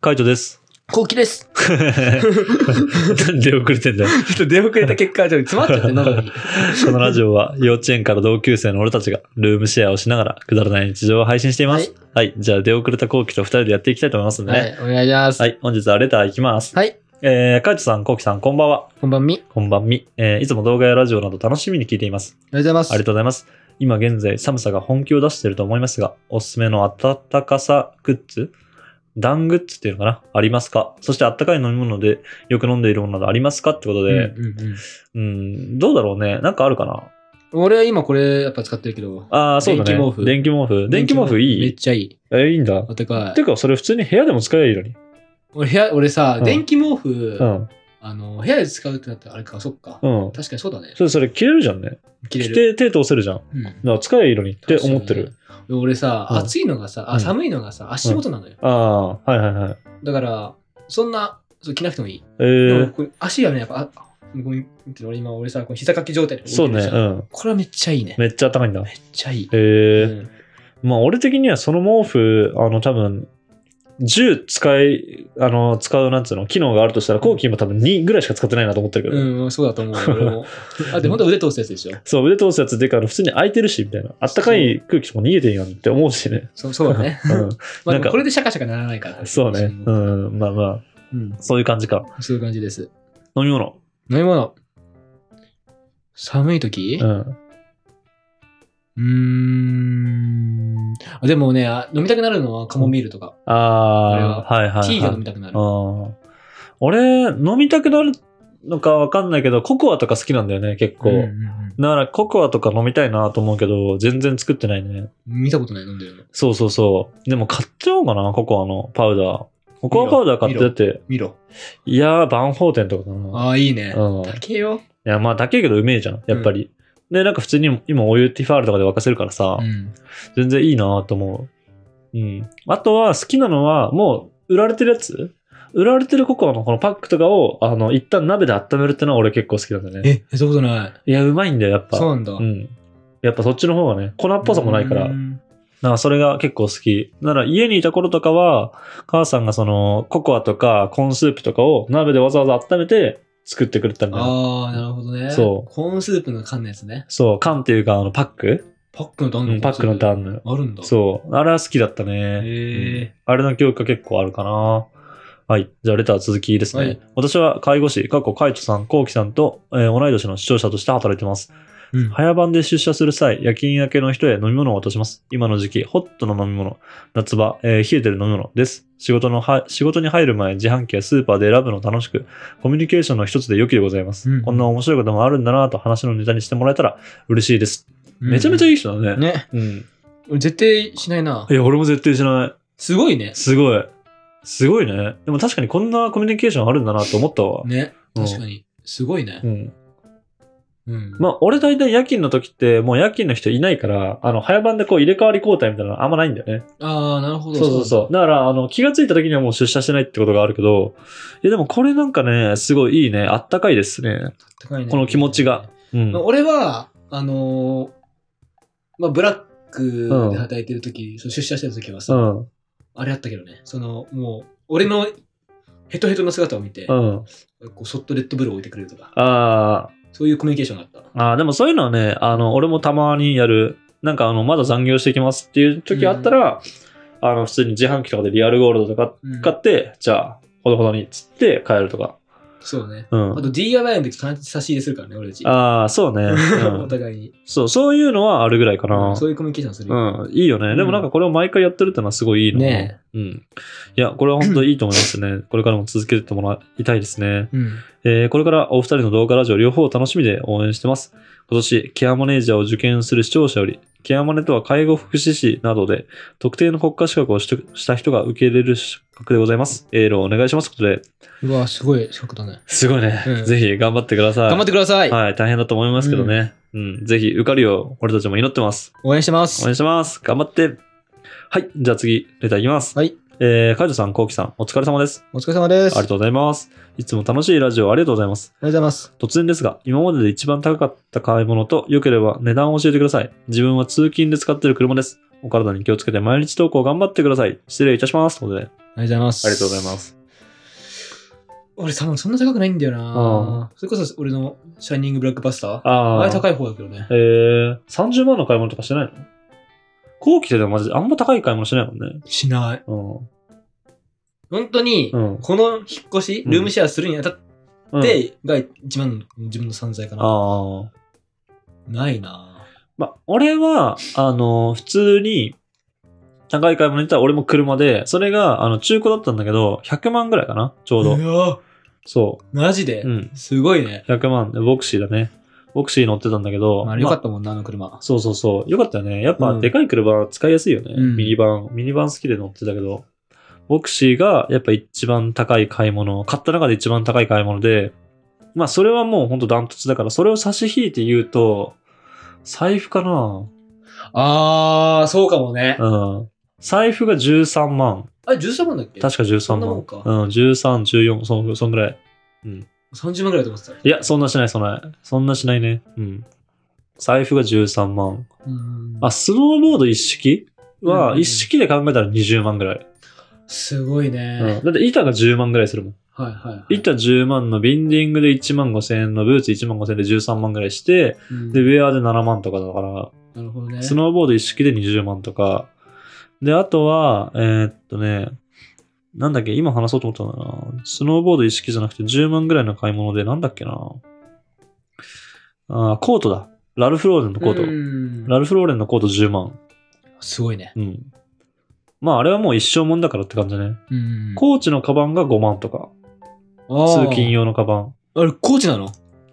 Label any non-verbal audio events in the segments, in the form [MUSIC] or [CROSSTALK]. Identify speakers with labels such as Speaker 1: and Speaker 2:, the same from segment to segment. Speaker 1: カイト
Speaker 2: [LAUGHS]
Speaker 1: です。
Speaker 2: こうきです。
Speaker 1: なんで遅れてんだよ。
Speaker 2: ちょっと出遅れた結果、ちょっと詰まっちゃって、喉に。
Speaker 1: このラジオは幼稚園から同級生の俺たちがルームシェアをしながらくだらない日常を配信しています。はい。じゃあ出遅れた後期と二人でやっていきたいと思いますんでね。
Speaker 2: [LAUGHS] は
Speaker 1: はい。
Speaker 2: い、お願いします。はい。
Speaker 1: 本日はレターいきます。えー、カイトさん、コウキさん、こんばんは。
Speaker 2: こんばんみ。
Speaker 1: こんばんみ。えー、いつも動画やラジオなど楽しみに聞いています。
Speaker 2: おはようございます。
Speaker 1: ありがとうございます。今現在寒さが本気を出していると思いますが、おすすめの暖かさグッズ暖グッズっていうのかなありますかそして暖かい飲み物でよく飲んでいるものなどありますかってことで、
Speaker 2: うんうんうん
Speaker 1: うん、どうだろうねなんかあるかな
Speaker 2: 俺は今これやっぱ使ってるけど。
Speaker 1: ああ、そうだね。
Speaker 2: 電気毛布
Speaker 1: 電気毛布。電気毛布
Speaker 2: め
Speaker 1: い
Speaker 2: っ
Speaker 1: い
Speaker 2: ちゃいい。
Speaker 1: え、いいんだ。
Speaker 2: あったか
Speaker 1: て
Speaker 2: い。
Speaker 1: か、それ普通に部屋でも使えばいいのに。
Speaker 2: 俺部屋、俺さ、
Speaker 1: うん
Speaker 2: 電気毛布、
Speaker 1: うん。
Speaker 2: あの、部屋で使うってなったらあれか、そっか。
Speaker 1: うん。
Speaker 2: 確かにそうだね。
Speaker 1: それ、それ、切れるじゃんね。
Speaker 2: 切れ
Speaker 1: 着
Speaker 2: る。
Speaker 1: て、手通せるじゃん。だか
Speaker 2: うん
Speaker 1: ら使えばいいのにって思ってる。。
Speaker 2: 確かに俺さ、
Speaker 1: うん
Speaker 2: 暑いのがさ、
Speaker 1: う
Speaker 2: あ、
Speaker 1: ん
Speaker 2: 寒いのがさ、足元なのよ。
Speaker 1: ああー、はいはいはい。
Speaker 2: だから、そんな、そう着なくてもいい。
Speaker 1: え
Speaker 2: でも
Speaker 1: ー、
Speaker 2: これ足がね、やっぱ、あごめん、俺今、俺さ、この膝掛け状態で動いて
Speaker 1: そう
Speaker 2: る
Speaker 1: ね。
Speaker 2: じゃん。
Speaker 1: うん。
Speaker 2: これはめっちゃいいね。め
Speaker 1: めっちゃ暖かいんだ。
Speaker 2: っちゃいい。
Speaker 1: え
Speaker 2: う
Speaker 1: ー、
Speaker 2: ん
Speaker 1: まあ、俺的にはその毛布、あの、多分、10使い、あの、使う、なんつうの、機能があるとしたら、後期も多分2ぐらいしか使ってないなと思ってるけど。
Speaker 2: うん、そうだと
Speaker 1: [LAUGHS]
Speaker 2: 思う。俺も。あ、でも本当腕通すやつでしょ。
Speaker 1: そう、腕通すやつでかいの普通に空いてるし、みたいな。あったかい空気とか逃げてんやんって思うし
Speaker 2: [LAUGHS]
Speaker 1: ね。
Speaker 2: そうそうだね。
Speaker 1: う
Speaker 2: まあ、
Speaker 1: なん
Speaker 2: で
Speaker 1: か
Speaker 2: もこれでシャカシャカならないから。
Speaker 1: ん。そうね。う
Speaker 2: うん
Speaker 1: ん。まあまあ、そういう感じか。
Speaker 2: そういう感じです。
Speaker 1: 飲み物。
Speaker 2: 飲み物。寒い時
Speaker 1: うん。
Speaker 2: うーん。あでもね、あ飲みたくなるのはカモミールとか、
Speaker 1: ああー、はいはい、はい。
Speaker 2: ティーが飲みたくなる。
Speaker 1: ああ。俺、飲みたくなるのかわかんないけど、ココアとか好きなんだよね、結構。
Speaker 2: うんうん
Speaker 1: だから、ココアとか飲みたいなと思うけど、全然作ってないね。
Speaker 2: うん見たことない飲んでるの。
Speaker 1: そうそうそう。でも買っちゃおうかな、ココアのパウダー。ココアパウダー買ってだって、
Speaker 2: 見ろ。
Speaker 1: いやー、万宝店とかだな。
Speaker 2: ああ、いいね。
Speaker 1: うん
Speaker 2: 竹よ。
Speaker 1: いや、まあ、だけけどうめえじゃん、やっぱり。で、なんか普通に今お湯ティファールとかで沸かせるからさ、
Speaker 2: うん。
Speaker 1: 全然いいなと思う。うん。あとは好きなのは、もう売られてるやつ売られてるココアのこのパックとかを、あの、一旦鍋で温めるってのは俺結構好きなんだね。
Speaker 2: え、やったことない。
Speaker 1: いや、うまいんだよ、やっぱ。
Speaker 2: そうなんだ。
Speaker 1: うん。やっぱそっちの方がね、粉っぽさもないから
Speaker 2: う、ん
Speaker 1: なんかそれが結構好き。なら家にいた頃とかは、母さんがその、ココアとかコーンスープとかを鍋でわざわざ温めて作ってくれたんだよ。
Speaker 2: ああ、なるほどね。
Speaker 1: そう
Speaker 2: コーンスープの缶のやつね。
Speaker 1: そう、缶っていうか、あの、パック
Speaker 2: パックのターン
Speaker 1: うん、パックのターンの。
Speaker 2: あるんだ。
Speaker 1: そう。あれは好きだったね。
Speaker 2: へえ
Speaker 1: うんあれの記憶が結構あるかな。はい。じゃあ、レター続きですね。
Speaker 2: はい
Speaker 1: 私は介護士、過去、カイトさん、コウキさんと、えー同い年の視聴者として働いてます。
Speaker 2: うん
Speaker 1: 早番で出社する際、夜勤明けの人へ飲み物を渡します。今の時期、ホットの飲み物、夏場、えー冷えてる飲み物です。仕事のは、仕事に入る前、自販機やスーパーで選ぶの楽しく、コミュニケーションの一つで良きでございます。
Speaker 2: うん
Speaker 1: こんな面白いこともあるんだなぁと話のネタにしてもらえたら嬉しいです。めちゃめちゃ
Speaker 2: い
Speaker 1: いい人だね。
Speaker 2: ね。
Speaker 1: うん。
Speaker 2: 俺絶対しないな。
Speaker 1: いや、俺も絶対しない。
Speaker 2: すごいね。
Speaker 1: すごい。すごいね。でも確かにこんなコミュニケーションあるんだなと思ったわ。
Speaker 2: ね。
Speaker 1: うん
Speaker 2: 確かに。すごいね
Speaker 1: う。ん。
Speaker 2: うん。
Speaker 1: まあ、俺大体夜勤の時って、もう夜勤の人いないから、あの、早番でこう入れ替わり交代みたいなのあんまないんだよね。
Speaker 2: ああ、なるほ
Speaker 1: そ
Speaker 2: ど。
Speaker 1: うそうそう。だから、あの、気がついた時にはもう出社してないってことがあるけど、いやでもこれなんかね、すごいいいね。あったかいですね。
Speaker 2: 高いね
Speaker 1: この気持ちが。うん
Speaker 2: まあ。俺は、あのー、まあ、ブラックで働いてる時、そう出社してる時は
Speaker 1: う
Speaker 2: さ、
Speaker 1: ん。うん。
Speaker 2: あれあったけどね。その、もう、俺のヘトヘトの姿を見て、
Speaker 1: あ
Speaker 2: こうそっとレッドブルを置いてくれるとか、
Speaker 1: あ
Speaker 2: そういうコミュニケーションがあった。
Speaker 1: ー。ああ、でもそういうのはね、あの、俺もたまにやる。なんかあの、まだ残業してきますっていう時あったら、あの、普通に自販機とかでリアルゴールドとか
Speaker 2: うん
Speaker 1: 買って、じゃあ、ほどほどにっつって帰るとか。
Speaker 2: そうね。
Speaker 1: う
Speaker 2: あ
Speaker 1: ん。
Speaker 2: と DIY の時必ず差し入れするからね、俺たち。
Speaker 1: ああ、そうね、
Speaker 2: [LAUGHS]
Speaker 1: う
Speaker 2: お
Speaker 1: ん
Speaker 2: 互いに。
Speaker 1: そう、そういうのはあるぐらいかな。
Speaker 2: そういうコミュニケーションする。
Speaker 1: うん、いいよね。でもなんかこれを毎回やってるってのはすごいいいの。
Speaker 2: ね
Speaker 1: うん。いや、これは本当にいいと思います
Speaker 2: [CLEARS THROAT]
Speaker 1: ね。これからも続けてもらいたいですね。
Speaker 2: うん。
Speaker 1: えーこれからお二人の動画ラジオ両方を楽しみで応援してます。今年、ケアマネージャーを受験する視聴者より、ケアマネとは介護福祉士などで、特定の国家資格を取得した人が受け入れる資格でございます。エールをお願いします。ということで、
Speaker 2: うわ、すごい資格だね。
Speaker 1: すごいね。
Speaker 2: うん
Speaker 1: ぜひ頑張ってください。
Speaker 2: 頑張ってください。
Speaker 1: はい、大変だと思いますけどね。うん、ぜひ受かるよう、俺たちも祈ってます。
Speaker 2: 応援してます。
Speaker 1: 応援してます。頑張って。はい、じゃあ次、レターいきます。
Speaker 2: はい。
Speaker 1: えー、カイトさん、コウキさん、お疲れ様です。
Speaker 2: お疲れ様で
Speaker 1: あ
Speaker 2: す。
Speaker 1: りがとうございます。いつも楽しいラジオありがとうございます。
Speaker 2: ありがとうございます。
Speaker 1: 突然ですが、今までで一番高かった買い物と、良ければ値段を教えてください。自分は通勤で使ってる車です。お体に気をつけて毎日投稿頑張ってください。失礼いたします。ということで。
Speaker 2: あありがとうございます。
Speaker 1: ありがとうございます。
Speaker 2: 俺、多分そんな高くないんだよな。それこそ俺のシャイニングブラックバスター。
Speaker 1: あ
Speaker 2: あ
Speaker 1: あ
Speaker 2: れ。高い方だけどね
Speaker 1: え。ー、30万の買い物とかしてないの後期ででもマジであんま高い買い物してないもんね。
Speaker 2: しない。
Speaker 1: う
Speaker 2: 本当に、
Speaker 1: ん。うん。
Speaker 2: この引っ越し、ルームシェアするにあたっ
Speaker 1: うん、
Speaker 2: て、が一番の自分の存在かな。
Speaker 1: ああ。
Speaker 2: ないな。
Speaker 1: まあ、俺は、あの、普通に、高い買い物に行ったら俺も車で、それが、あの、中古だったんだけど、100万ぐらいかなちょう
Speaker 2: う
Speaker 1: ど。
Speaker 2: わ
Speaker 1: そ
Speaker 2: マジで
Speaker 1: う。うん。
Speaker 2: すごいね。
Speaker 1: 100万で、ボクシーだね。ボクシー乗ってたんだけど。
Speaker 2: まあ、よか
Speaker 1: ま
Speaker 2: ったもんな、あの車
Speaker 1: あ。そうそうそう。よかったよね。やっぱ、
Speaker 2: うん
Speaker 1: でかい車使いやすいよね。
Speaker 2: うん
Speaker 1: ミニバン。ミニバン好きで乗ってたけど。ボクシーが、やっぱ一番高い買い物。買った中で一番高い買い物で。まあ、それはもうほんとダントツだから、それを差し引いて言うと、財布かな
Speaker 2: あー、そうかもね。
Speaker 1: うん。財布が13万。
Speaker 2: あれ、13万だっけ
Speaker 1: 確か13
Speaker 2: そんなも
Speaker 1: 万。
Speaker 2: んか
Speaker 1: うん、13、14、そんそんぐらい。
Speaker 2: 30万ぐらいだと思ってた。
Speaker 1: いや、そんなしない、そんなない。そんなしないね。うん。財布が13万。
Speaker 2: うん
Speaker 1: あ、スノーボード一式
Speaker 2: う
Speaker 1: は、
Speaker 2: ん
Speaker 1: 一式で考えたら20万ぐらい。
Speaker 2: すごいね。
Speaker 1: うん。だって板が10万ぐらいするもん。
Speaker 2: はいはいはい。
Speaker 1: 板10万のビンディングで1万5千円のブーツ1万5千円で13万ぐらいして、
Speaker 2: うん
Speaker 1: で、ウェアで7万とかだから、
Speaker 2: なるほどね。
Speaker 1: スノーボード一式で20万とか。で、あとは、えーっとね、なんだっけ、今話そうと思ったんだな。スノーボード一式じゃなくて10万ぐらいの買い物で、なんだっけな。あーコートだ。ラルフローレンのコート。
Speaker 2: うん
Speaker 1: ラルフローレンのコート10万。
Speaker 2: すごいね。
Speaker 1: うん。まあ、あれはもう一生もんだからって感じだね。
Speaker 2: うん
Speaker 1: コーチのカバンが5万とか。
Speaker 2: あー
Speaker 1: 通勤用のカバン。
Speaker 2: あれ、コーチなの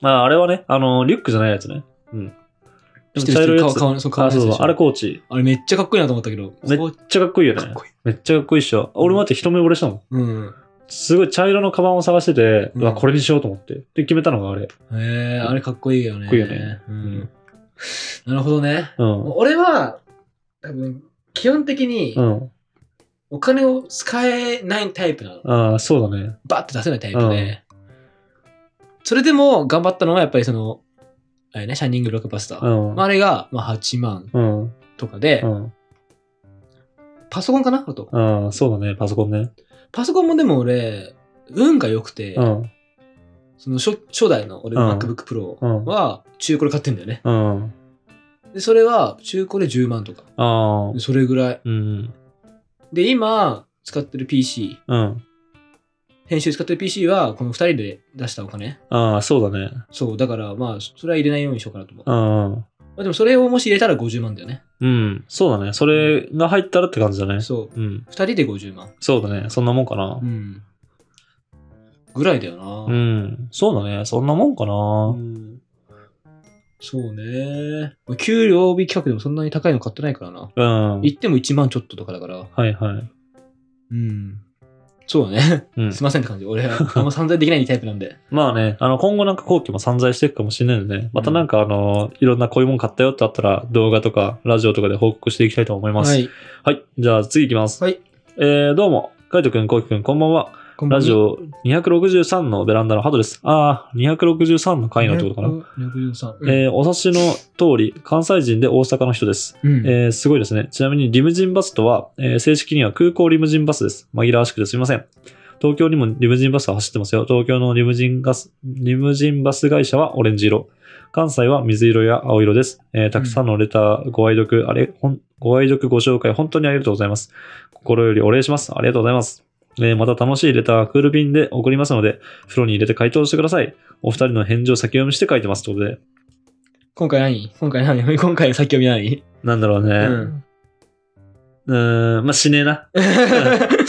Speaker 1: あーあれはね、あの、リュックじゃないやつね。うん。でも
Speaker 2: 知って
Speaker 1: 茶
Speaker 2: る
Speaker 1: 色いや
Speaker 2: 知
Speaker 1: つ。
Speaker 2: ってるそう
Speaker 1: あ、
Speaker 2: 顔
Speaker 1: そうそう。あれ
Speaker 2: あれ、
Speaker 1: コーチ。
Speaker 2: あれめっちゃかっこいいなと思ったけど。
Speaker 1: めっ
Speaker 2: コーチ
Speaker 1: ちゃかっこいいよね。
Speaker 2: かっこいい。
Speaker 1: めっちゃかっこいいっしょ。俺もだって一目惚れしたもん。
Speaker 2: うん。
Speaker 1: すごい茶色のカバンを探してて、
Speaker 2: う
Speaker 1: うんわ、これにしようと思って。で、決めたのがあれ。
Speaker 2: へえ、あれかっこいいよね。
Speaker 1: かっこいいよねう
Speaker 2: う
Speaker 1: ん
Speaker 2: ん。なるほどね。
Speaker 1: うん。
Speaker 2: 俺は、多分、基本的に
Speaker 1: うん。
Speaker 2: お金を使えないタイプなの。
Speaker 1: ああ、そうだね。
Speaker 2: バッて出せないタイプで。それでも頑張ったのが、やっぱりその、あれね、シャイニングロックバスタ
Speaker 1: う
Speaker 2: ー。
Speaker 1: ん。
Speaker 2: まああれが、まあ8万
Speaker 1: うん。
Speaker 2: とかで
Speaker 1: う、ん。
Speaker 2: パソコンかなあと。
Speaker 1: ああ、そうだね。パソコンね。
Speaker 2: パソコンもでも俺、運が良くて、
Speaker 1: うん。
Speaker 2: その初初代の俺
Speaker 1: う
Speaker 2: の
Speaker 1: ん
Speaker 2: MacBook Pro
Speaker 1: うん。
Speaker 2: は中古で買ってんだよね。
Speaker 1: うん。
Speaker 2: で、それは中古で10万とか。
Speaker 1: ああ
Speaker 2: で。それぐらい。
Speaker 1: うん。
Speaker 2: で、今使ってる PC、
Speaker 1: うん。
Speaker 2: 編集使ってる PC はこの2人で出したお金。
Speaker 1: ああ、そうだね。
Speaker 2: そう、だからまあ、それは入れないようにしようかなと思う。ま
Speaker 1: うん。
Speaker 2: あ、でもそれをもし入れたら50万だよね。
Speaker 1: うん。そうだね。それが入ったらって感じだね。
Speaker 2: そ
Speaker 1: う
Speaker 2: う。
Speaker 1: ん。
Speaker 2: 2人で50万。
Speaker 1: そうだね。そんなもんかな
Speaker 2: う。ん。ぐらいだよ
Speaker 1: う
Speaker 2: な。
Speaker 1: ん。そうだね。そんなもんか
Speaker 2: う
Speaker 1: な。
Speaker 2: んそうね。給料日企画でもそんなに高いの買ってないからな。
Speaker 1: うん。はい
Speaker 2: 行っても1万ちょっととかだから。
Speaker 1: はい。
Speaker 2: うん。そうだ [LAUGHS] ね。
Speaker 1: うん
Speaker 2: すいませんって感じ。俺、 [LAUGHS] あんま散財できないタイプなんで。
Speaker 1: まあね、あの、今後なんか後期も散財していくかもしれないんでね、またなんかあの、いろんなこういうもん買ったよってあったら、動画とかラジオとかで報告していきたいと思います。
Speaker 2: は
Speaker 1: はい。
Speaker 2: い。
Speaker 1: じゃあ次いきます。
Speaker 2: はい。
Speaker 1: えー、どうも。カイトくん、コウキくん、こんばんは。
Speaker 2: こんば
Speaker 1: ラ
Speaker 2: んは
Speaker 1: ジオ263のベランダのハトです。あー、263の回のってことかな。
Speaker 2: 263。うん
Speaker 1: えー、お察しの通り、関西人で大阪の人です。
Speaker 2: うん
Speaker 1: えーすごいですね。ちなみにリムジンバスとは、えー正式には空港リムジンバスです。紛らわしくてすみません。東京にもリムジンバスは走ってますよ。東京のリムジンガス、リムジンバス会社はオレンジ色。関西は水色や青色です。えーたくさんのレター、ご愛読、あれ、ほんご愛読ご紹介、本当にありがとうございます。心よりお礼します。ありがとうございます。えーまた楽しいレター、クール便で送りますので、風呂に入れて回答してください。お二人の返事を先読みして書いてます。ということで、
Speaker 2: 今回何今回何 [LAUGHS] 今回の先読み何
Speaker 1: なんだろうね。
Speaker 2: うん [LAUGHS]
Speaker 1: うーん、まあ、しねえな。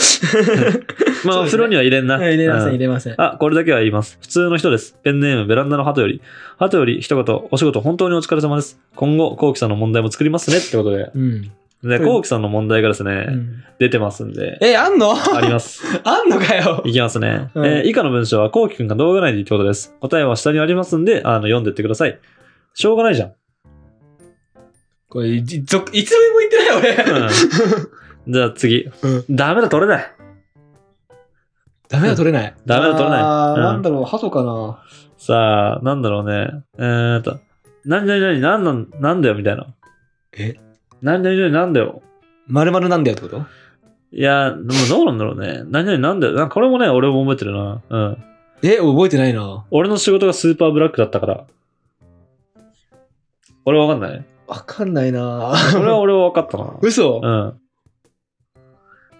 Speaker 1: まあ、
Speaker 2: そうですね
Speaker 1: お風呂には入れんな。
Speaker 2: 入れません、
Speaker 1: う
Speaker 2: 入
Speaker 1: ん
Speaker 2: れません。
Speaker 1: あ、これだけは言います。普通の人です。ペンネーム、ベランダの鳩より。鳩より、一言、お仕事本当にお疲れ様です。今後、コウキさんの問題も作りますね。ってことで。
Speaker 2: うん。
Speaker 1: で、コウキさんの問題がですね、
Speaker 2: うん
Speaker 1: 出てますんで、
Speaker 2: え、あんの [LAUGHS]
Speaker 1: あります。
Speaker 2: あんのかよ
Speaker 1: いきます
Speaker 2: [LAUGHS]
Speaker 1: ね。
Speaker 2: うん
Speaker 1: えー以下の文章は、コウキくんが動画内で言ってことです。答えは下にありますんで、あの、読んでってください。しょうがないじ
Speaker 2: [LAUGHS]
Speaker 1: ゃん。
Speaker 2: これ、じぞいつも言ってない俺。
Speaker 1: うん、じゃあ次。
Speaker 2: うん
Speaker 1: ダメだ、取れない。
Speaker 2: ダメだ、取れない。
Speaker 1: ダメだ取れない
Speaker 2: あー
Speaker 1: うん
Speaker 2: なんだろう、ハトかな。
Speaker 1: さあ、なんだろうね。えーっと、なになになになんなん、なんだよ、みたいな。
Speaker 2: え
Speaker 1: なになになになんだよ。
Speaker 2: まるまるなんだよってこと
Speaker 1: いや、でもどうなんだろうね。何々なんだよ。なんかこれもね、俺も覚えてるな。うん。
Speaker 2: え、覚えてないな。
Speaker 1: 俺の仕事がスーパーブラックだったから。俺わかんない [LAUGHS]
Speaker 2: わかんないな。
Speaker 1: それは俺は分かったな。
Speaker 2: [LAUGHS] 嘘、
Speaker 1: うん。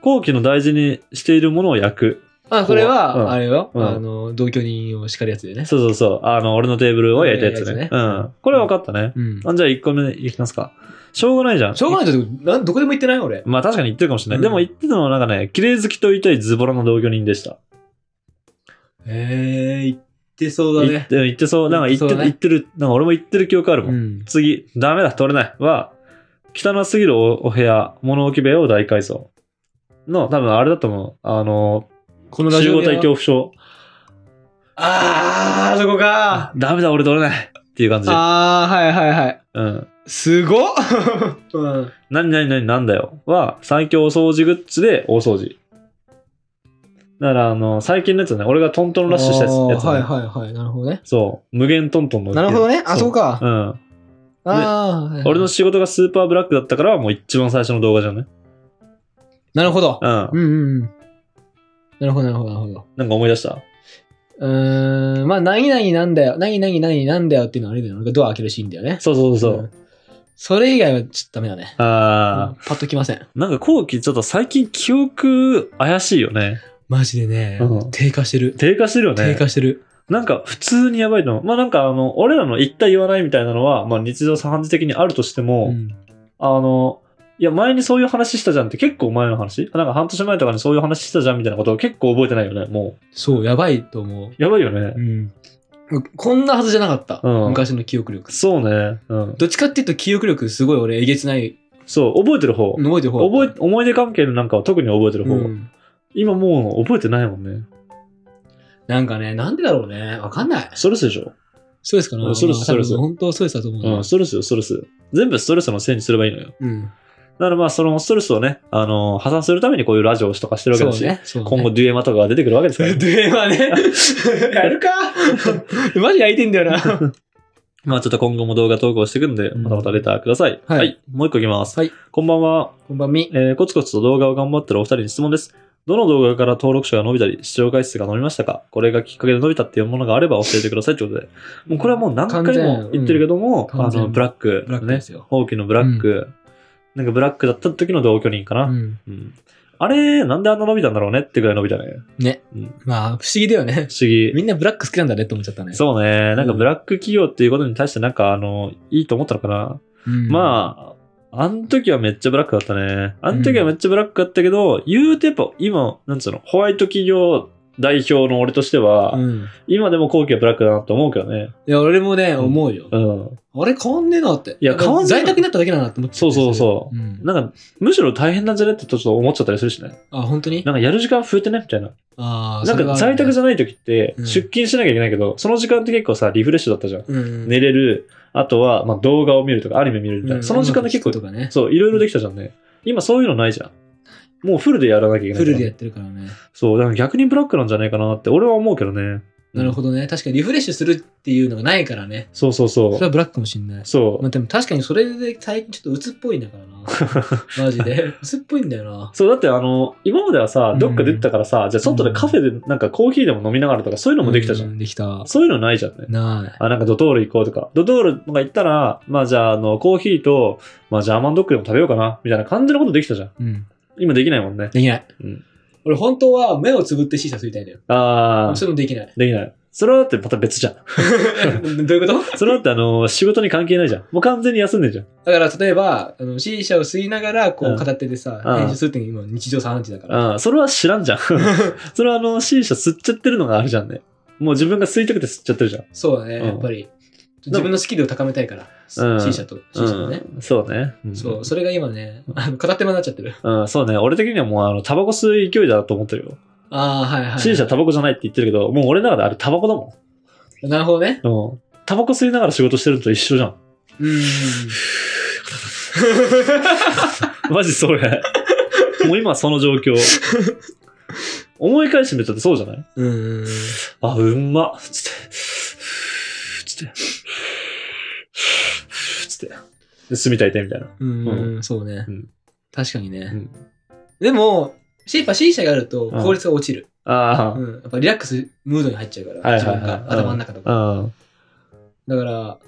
Speaker 1: 後期の大事にしているものを焼く。
Speaker 2: あ、これ
Speaker 1: ここ
Speaker 2: は、
Speaker 1: は
Speaker 2: あれよ、
Speaker 1: うん
Speaker 2: あの、同居人を叱るやつでね。
Speaker 1: そうそうそう。あの、俺のテーブルを焼いたやつね。
Speaker 2: 焼い
Speaker 1: うん。これは分かったね。
Speaker 2: うん。
Speaker 1: あじゃあ1個目いきますか。しょうがないじゃん。
Speaker 2: しょうがないけど、なんどこでも行ってない俺。
Speaker 1: まあ確かに言ってるかもしれない。
Speaker 2: うん
Speaker 1: でも言ってたのはなんかね、綺麗好きと言いたいズボラの同居人でした。
Speaker 2: えー、行ってそうだ
Speaker 1: 言っ
Speaker 2: ね。
Speaker 1: て言ってそう、なんか言って
Speaker 2: 言ってそうだね
Speaker 1: 言ってる、なんか俺も言ってる記憶あるもん。
Speaker 2: ん。
Speaker 1: 次、ダメだ、取れないは、汚すぎるおお部屋、物置部屋を大改装。の、多分あれだと思う。あの、
Speaker 2: このラジ
Speaker 1: 集
Speaker 2: オ
Speaker 1: 合
Speaker 2: では
Speaker 1: 体恐怖症。
Speaker 2: あー、そこか。
Speaker 1: ダメだ、俺取れないっていう感じ。
Speaker 2: あー、はいはいはい。
Speaker 1: うん。
Speaker 2: すごっ、 [LAUGHS] うん、
Speaker 1: 何何何なんだよは、最強お掃除グッズで大掃除。だから、あの、最近のやつね、俺がトントンラッシュしたやつやつね、
Speaker 2: はいはいはい。なるほどね。
Speaker 1: そう、無限トントンの。
Speaker 2: なるほどね。あ、そう
Speaker 1: か。
Speaker 2: か。
Speaker 1: うん。
Speaker 2: あー、
Speaker 1: 俺の仕事がスーパーブラックだったから、もう一番最初の動画じゃんね。
Speaker 2: なるほど。
Speaker 1: うん。
Speaker 2: うんうんうん。なるほどなるほどなるほど。
Speaker 1: なんか思い出した
Speaker 2: うーん、まあ、何々なんだよ。何々何々なんだよっていうのはあれだよね。俺がドア開けるシーンだよね。
Speaker 1: そうそうそうそう。
Speaker 2: んそれ以外はちょっとダメだね。
Speaker 1: あ
Speaker 2: うんパッときません。
Speaker 1: ー、なんか後期ちょっと最近記憶怪しいよね。
Speaker 2: マジでね、
Speaker 1: うん
Speaker 2: 低下してる。
Speaker 1: 低下してるよ
Speaker 2: 低
Speaker 1: ね。
Speaker 2: 下してる。
Speaker 1: なんか普通にやばいと思う。まあなんかあの、俺らの言った言わないみたいなのは、まあ日常茶飯事的にあるとしても、
Speaker 2: うん
Speaker 1: あの、いや前にそういう話したじゃんって結構前の話なんか半年前とかにそういう話したじゃんみたいなことを結構覚えてないよね、も
Speaker 2: そう、やばいと思う。
Speaker 1: う。やばいよね。
Speaker 2: うん。こんなはずじゃなかった。
Speaker 1: うん
Speaker 2: 昔の記憶力。
Speaker 1: そうね。うん。
Speaker 2: どっちかっていうと記憶力すごい俺えげつない。
Speaker 1: そう、覚えてる方。
Speaker 2: 覚えてる方。
Speaker 1: 覚え、思い出関係のなんかは特に覚えてる方。
Speaker 2: うん
Speaker 1: 今もう覚えてないもんね。
Speaker 2: なんかね、なんでだろうね。わかんない。
Speaker 1: ストレスでしょ、
Speaker 2: ストレスかな
Speaker 1: うんストレス
Speaker 2: まあ多分
Speaker 1: ストレス
Speaker 2: 本当ストレスだと思う
Speaker 1: うん、
Speaker 2: な
Speaker 1: ストレスよ、ストレス。全部ストレスのせいにすればいいのよ。
Speaker 2: うん。
Speaker 1: だからまあ、そのストレスをね、あのー破産するためにこういうラジオとかしてるわけ
Speaker 2: そ
Speaker 1: だ
Speaker 2: う
Speaker 1: し、
Speaker 2: ね。そうね
Speaker 1: 今後デュエマとかが出てくるわけですから。
Speaker 2: ではね、 [LAUGHS] やるかマジ焼いてんだよな。
Speaker 1: [LAUGHS] まあ、ちょっと今後も動画投稿していくんで、
Speaker 2: うん
Speaker 1: またまたレターください。
Speaker 2: はい
Speaker 1: もう一個いきます。
Speaker 2: はい
Speaker 1: こんばんは。
Speaker 2: [LAUGHS] こんばんみ。
Speaker 1: えーコツコツと動画を頑張ってるお二人に質問です。どの動画から登録者が伸びたり、視聴回数が伸びましたかこれがきっかけで伸びたっていうものがあれば教えてくださいということで。もうこれはもう何回
Speaker 2: 完全
Speaker 1: も言ってるけども、
Speaker 2: うん完
Speaker 1: あ
Speaker 2: 全
Speaker 1: の、ブラック、
Speaker 2: ブラック
Speaker 1: ね
Speaker 2: ですよ。
Speaker 1: ほうきのブラック、なんかブラックだった時の同居人かな。
Speaker 2: うん
Speaker 1: うんあれ、なんであんな伸びたんだろうねってぐらい伸びたね。
Speaker 2: ね
Speaker 1: うん。
Speaker 2: まあ、不思議だよね。
Speaker 1: 不思議。
Speaker 2: みんなブラック好きなんだねって思っちゃったね。
Speaker 1: そうね。なんかブラック企業っていうことに対してなんかあの、いいと思ったのかな。
Speaker 2: うん
Speaker 1: まあ、あの時はめっちゃブラックだったね。あの時はめっちゃブラックだったけど、言うてやっぱ今、なんつうの、ホワイト企業代表の俺としては、
Speaker 2: うん。
Speaker 1: 今でも後期はブラックだなと思うけどね。
Speaker 2: いや、俺もね、
Speaker 1: ん
Speaker 2: 思うよ。
Speaker 1: うん。
Speaker 2: あれ変わんねえなって。
Speaker 1: いや変わんねえ
Speaker 2: 在宅になっただけだなって思っちゃったりする。。
Speaker 1: そうそうそう
Speaker 2: ん、
Speaker 1: なんか、むしろ大変なんじゃねってちょっと思っちゃったりするしね。
Speaker 2: あ、本当に
Speaker 1: なんかやる時間増えてねみたいな。
Speaker 2: ああ、
Speaker 1: なんか在宅じ
Speaker 2: ゃ
Speaker 1: ゃない時って、
Speaker 2: うん
Speaker 1: 出勤しなきゃいけないけど、その時間って結構さ、リフレッシュだったじゃん。
Speaker 2: うん。
Speaker 1: 寝れる、あとは、まあ、動画を見るとか、アニメ見るみたいな。
Speaker 2: うん
Speaker 1: その時間で結構
Speaker 2: 音、楽聴くとかね。
Speaker 1: そう、いろいろできたじゃんね。今そういうのないじゃん。もうフルでやらなきゃいけないか
Speaker 2: フ
Speaker 1: ら。
Speaker 2: ルでやってるからね。
Speaker 1: そう、だから逆にブラックなんじゃないかなって、俺は思うけどね。
Speaker 2: なる
Speaker 1: ど。
Speaker 2: ほどね。確かにリフレッシュするっていうのがないからね。
Speaker 1: そうそう
Speaker 2: そ
Speaker 1: そ
Speaker 2: れ
Speaker 1: う。
Speaker 2: はブラックかもしんない。
Speaker 1: そ
Speaker 2: まあでも確かにそれで最近ちょっと鬱っぽいんだから
Speaker 1: [LAUGHS]
Speaker 2: な。マジで。鬱っぽいんだよな
Speaker 1: う。。そう、だってあの、今まではさ
Speaker 2: う、ん
Speaker 1: どっか出てたからさ、じゃあ外でカフェでなんかコーヒーでも飲みながらとか、そういうのもできたじゃん。
Speaker 2: う。できた。
Speaker 1: そういうのないじゃんね。
Speaker 2: ない。
Speaker 1: あ、なんかドトール行こうとか。ドトールとか行ったら、まあじゃあ、あの、コーヒーと、まあジャーマンドッグでも食べようかな、みたいな感じのことできたじゃん。
Speaker 2: うん。
Speaker 1: 今できないもんね。
Speaker 2: できない。
Speaker 1: うん
Speaker 2: 俺本当は目をつぶって C 社吸いたいんだよ。
Speaker 1: あ
Speaker 2: それもできない。 [LAUGHS]
Speaker 1: あ、できない。それはだってまた別じゃん。
Speaker 2: どういうこと
Speaker 1: それだってあの、 [LAUGHS] 仕事に関係ないじゃん。もう完全に休んでんじゃん。
Speaker 2: だから例えば、あの C 社を吸いながら、こ
Speaker 1: う
Speaker 2: うん片手でさ、
Speaker 1: うん
Speaker 2: 編集するっていうのが今日常茶飯事だから。
Speaker 1: ああ、それは知らんじゃ
Speaker 2: [LAUGHS]
Speaker 1: ん。それはあの、C 社吸っちゃってるのがあるじゃんね。もう自分が吸いたくて吸っちゃってるじゃん。
Speaker 2: そうだね、
Speaker 1: うん
Speaker 2: やっぱり。自分のスキルを高めたいから、
Speaker 1: うん
Speaker 2: C 社と C 社のね。
Speaker 1: うん、そうね。うん、
Speaker 2: そう、それが今ね、 [LAUGHS] あの片手間になっちゃってる。
Speaker 1: うん、そうね。俺的にはもうあの、タバコ吸う勢いだと思ってるよ。
Speaker 2: ああ、はいはい。
Speaker 1: C 社タバコじゃないって言ってるけど、もう俺の中であれタバコだも
Speaker 2: なるほどね。
Speaker 1: ん。うん。タバコ吸いながら仕事してるのと一緒じゃん。 [LAUGHS]
Speaker 2: うん。 [LAUGHS]
Speaker 1: マジそれ。もう今その状況。思い返してみたってそうじゃない
Speaker 2: うん。
Speaker 1: あ、うんま。つって。つって。つって。で、住みたいてみたいな。
Speaker 2: うん。そうね
Speaker 1: うん。
Speaker 2: 確かに
Speaker 1: う
Speaker 2: ね
Speaker 1: ん。
Speaker 2: でも、やっぱ C 社がある
Speaker 1: う
Speaker 2: と
Speaker 1: ん
Speaker 2: 効率が落ちる。
Speaker 1: あ
Speaker 2: うん。やっぱリラックスムードに入っちゃうから、
Speaker 1: はいはいはい
Speaker 2: 自分
Speaker 1: うん
Speaker 2: が頭の中とか。
Speaker 1: あ、うん
Speaker 2: だから、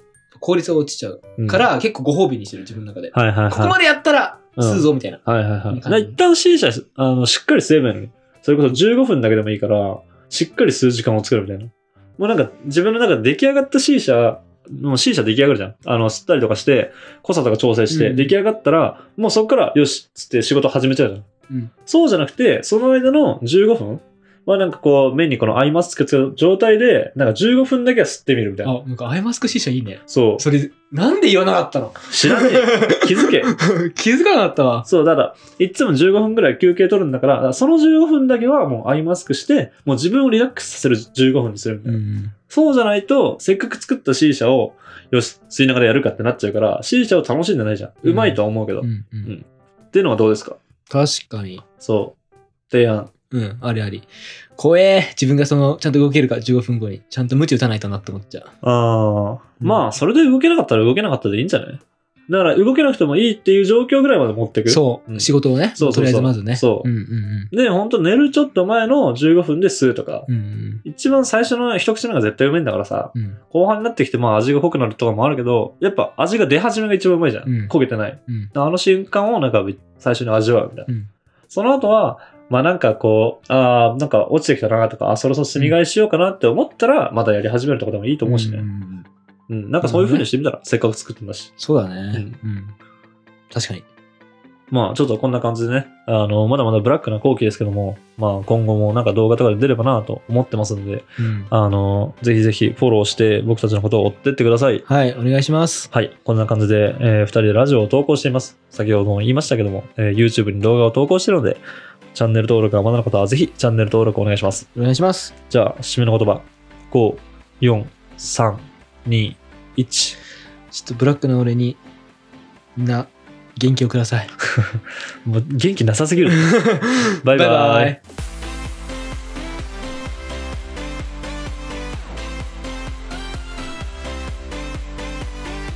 Speaker 2: 効率が落ちちゃう
Speaker 1: うん。
Speaker 2: から、結構ご褒美にしてる、自分の中で。
Speaker 1: はいはいはい。
Speaker 2: ここまでやったら、吸うぞ、みたいな。
Speaker 1: はいはいはい。
Speaker 2: い
Speaker 1: だ
Speaker 2: い感
Speaker 1: から
Speaker 2: じ
Speaker 1: 一旦 C 社、あの、しっかりすればいいのに。それこそ15分だけでもいいから、しっかり数時間を作るみたいな。もうなんか、自分の中で出来上がった C 社、もう C 社出来上がるじゃん。あの、吸ったりとかして、濃さとか調整して、
Speaker 2: うん
Speaker 1: 出来上がったら、もうそっから、よしっつって仕事始めちゃうじゃん。
Speaker 2: うん
Speaker 1: そうじゃなくて、その間の15分はなんかこう、目にこのアイマスクつけた状態で、なんか15分だけは吸ってみるみたいな。
Speaker 2: あ、なんかアイマスク C 社いいね。
Speaker 1: そう。
Speaker 2: それ、なんで言わなかったの
Speaker 1: 知らね
Speaker 2: [LAUGHS]
Speaker 1: え。気づけ。
Speaker 2: 気づかなかった [LAUGHS] わ。
Speaker 1: そう、だから、いつも15分ぐらい休憩取るんだから、だからその15分だけはもうアイマスクして、もう自分をリラックスさせる15分にするみたいな。
Speaker 2: ん。
Speaker 1: そうじゃないと、せっかく作った C 社を、よし、吸いながらやるかってなっちゃうから、C 社を楽しんでないじゃん。
Speaker 2: うん
Speaker 1: うまいとは思うけど。
Speaker 2: う
Speaker 1: っ
Speaker 2: んう
Speaker 1: うん
Speaker 2: ん。
Speaker 1: ていうのはどうですか
Speaker 2: 確かに。
Speaker 1: そう。提案。
Speaker 2: うん、ありあり。怖え。自分がその、ちゃんと動けるか、15分後に。ちゃんと鞭打たないとなって思っちゃう。
Speaker 1: ああ。
Speaker 2: うん
Speaker 1: まあ、それで動けなかったら動けなかったでいいんじゃないだから、動けなくてもいいっていう状況ぐらいまで持ってく。
Speaker 2: そう、
Speaker 1: うん
Speaker 2: 仕事をね。
Speaker 1: そうそうそう
Speaker 2: とりあえずまずね。
Speaker 1: そう
Speaker 2: うんうん
Speaker 1: で、ほんと寝るちょっと前の15分で吸うとか。
Speaker 2: うん。うん
Speaker 1: 一番最初の一口のが絶対うめえんだからさ。
Speaker 2: うん。うん
Speaker 1: 後半になってきてまあ味が濃くなるとかもあるけどやっぱ味が出始めが一番うまいじゃん、
Speaker 2: うん
Speaker 1: 焦げてない
Speaker 2: うん。
Speaker 1: あの瞬間をなんか最初に味わうみたいな、
Speaker 2: うん
Speaker 1: その後はまあなんかこうああなんか落ちてきたなとかあそろそろ墨替えしようかなって思ったらまたやり始めるとかでもいいと思うしね、うん
Speaker 2: ん
Speaker 1: なんかそういう風にしてみたら、せっかく作ってんだし
Speaker 2: そうだね。うん。確かに。
Speaker 1: まあちょっとこんな感じでねあのまだまだブラックな後期ですけどもまあ今後もなんか動画とかで出ればなと思ってますんで
Speaker 2: うん
Speaker 1: あのぜひぜひフォローして僕たちのことを追ってってください
Speaker 2: はい、お願いします。
Speaker 1: はい、こんな感じで、え2人でラジオを投稿しています。先ほども言いましたけども、えー YouTube に動画を投稿しているので、チャンネル登録がまだの方はぜひチャンネル登録お願いします。
Speaker 2: お願いします。
Speaker 1: じゃあ、締めの言葉、5、4、3、2、1。
Speaker 2: ちょっとブラックな俺に、みんな、
Speaker 1: [LAUGHS]
Speaker 2: 元気をください。
Speaker 1: もう元気なさすぎる。バイバイ